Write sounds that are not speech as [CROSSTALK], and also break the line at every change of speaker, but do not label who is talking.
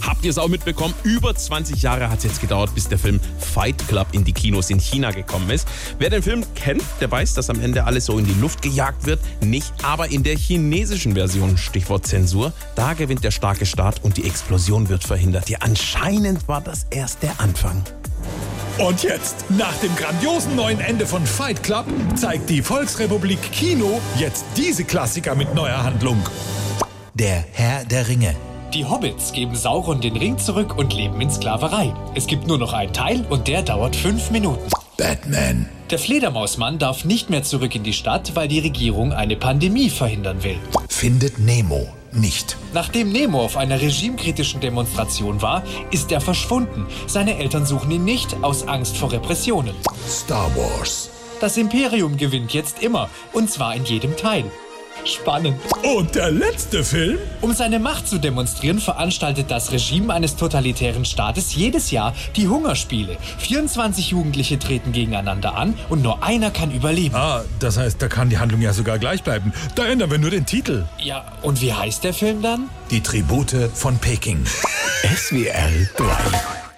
Habt ihr es auch mitbekommen? Über 20 Jahre hat es jetzt gedauert, bis der Film Fight Club in die Kinos in China gekommen ist. Wer den Film kennt, der weiß, dass am Ende alles so in die Luft gejagt wird. Nicht aber in der chinesischen Version, Stichwort Zensur. Da gewinnt der starke Staat und die Explosion wird verhindert. Ja, anscheinend war das erst der Anfang.
Und jetzt, nach dem grandiosen neuen Ende von Fight Club, zeigt die Volksrepublik Kino jetzt diese Klassiker mit neuer Handlung.
Der Herr der Ringe.
Die Hobbits geben Sauron den Ring zurück und leben in Sklaverei. Es gibt nur noch einen Teil und der dauert fünf Minuten.
Batman.
Der Fledermausmann darf nicht mehr zurück in die Stadt, weil die Regierung eine Pandemie verhindern will.
Findet Nemo nicht.
Nachdem Nemo auf einer regimekritischen Demonstration war, ist er verschwunden. Seine Eltern suchen ihn nicht aus Angst vor Repressionen.
Star Wars.
Das Imperium gewinnt jetzt immer, und zwar in jedem Teil. Spannend.
Und der letzte Film?
Um seine Macht zu demonstrieren, veranstaltet das Regime eines totalitären Staates jedes Jahr die Hungerspiele. 24 Jugendliche treten gegeneinander an und nur einer kann überleben.
Ah, das heißt, da kann die Handlung ja sogar gleich bleiben. Da ändern wir nur den Titel.
Ja, und wie heißt der Film dann?
[LAUGHS]
Die Tribute von Peking.
SWR 3.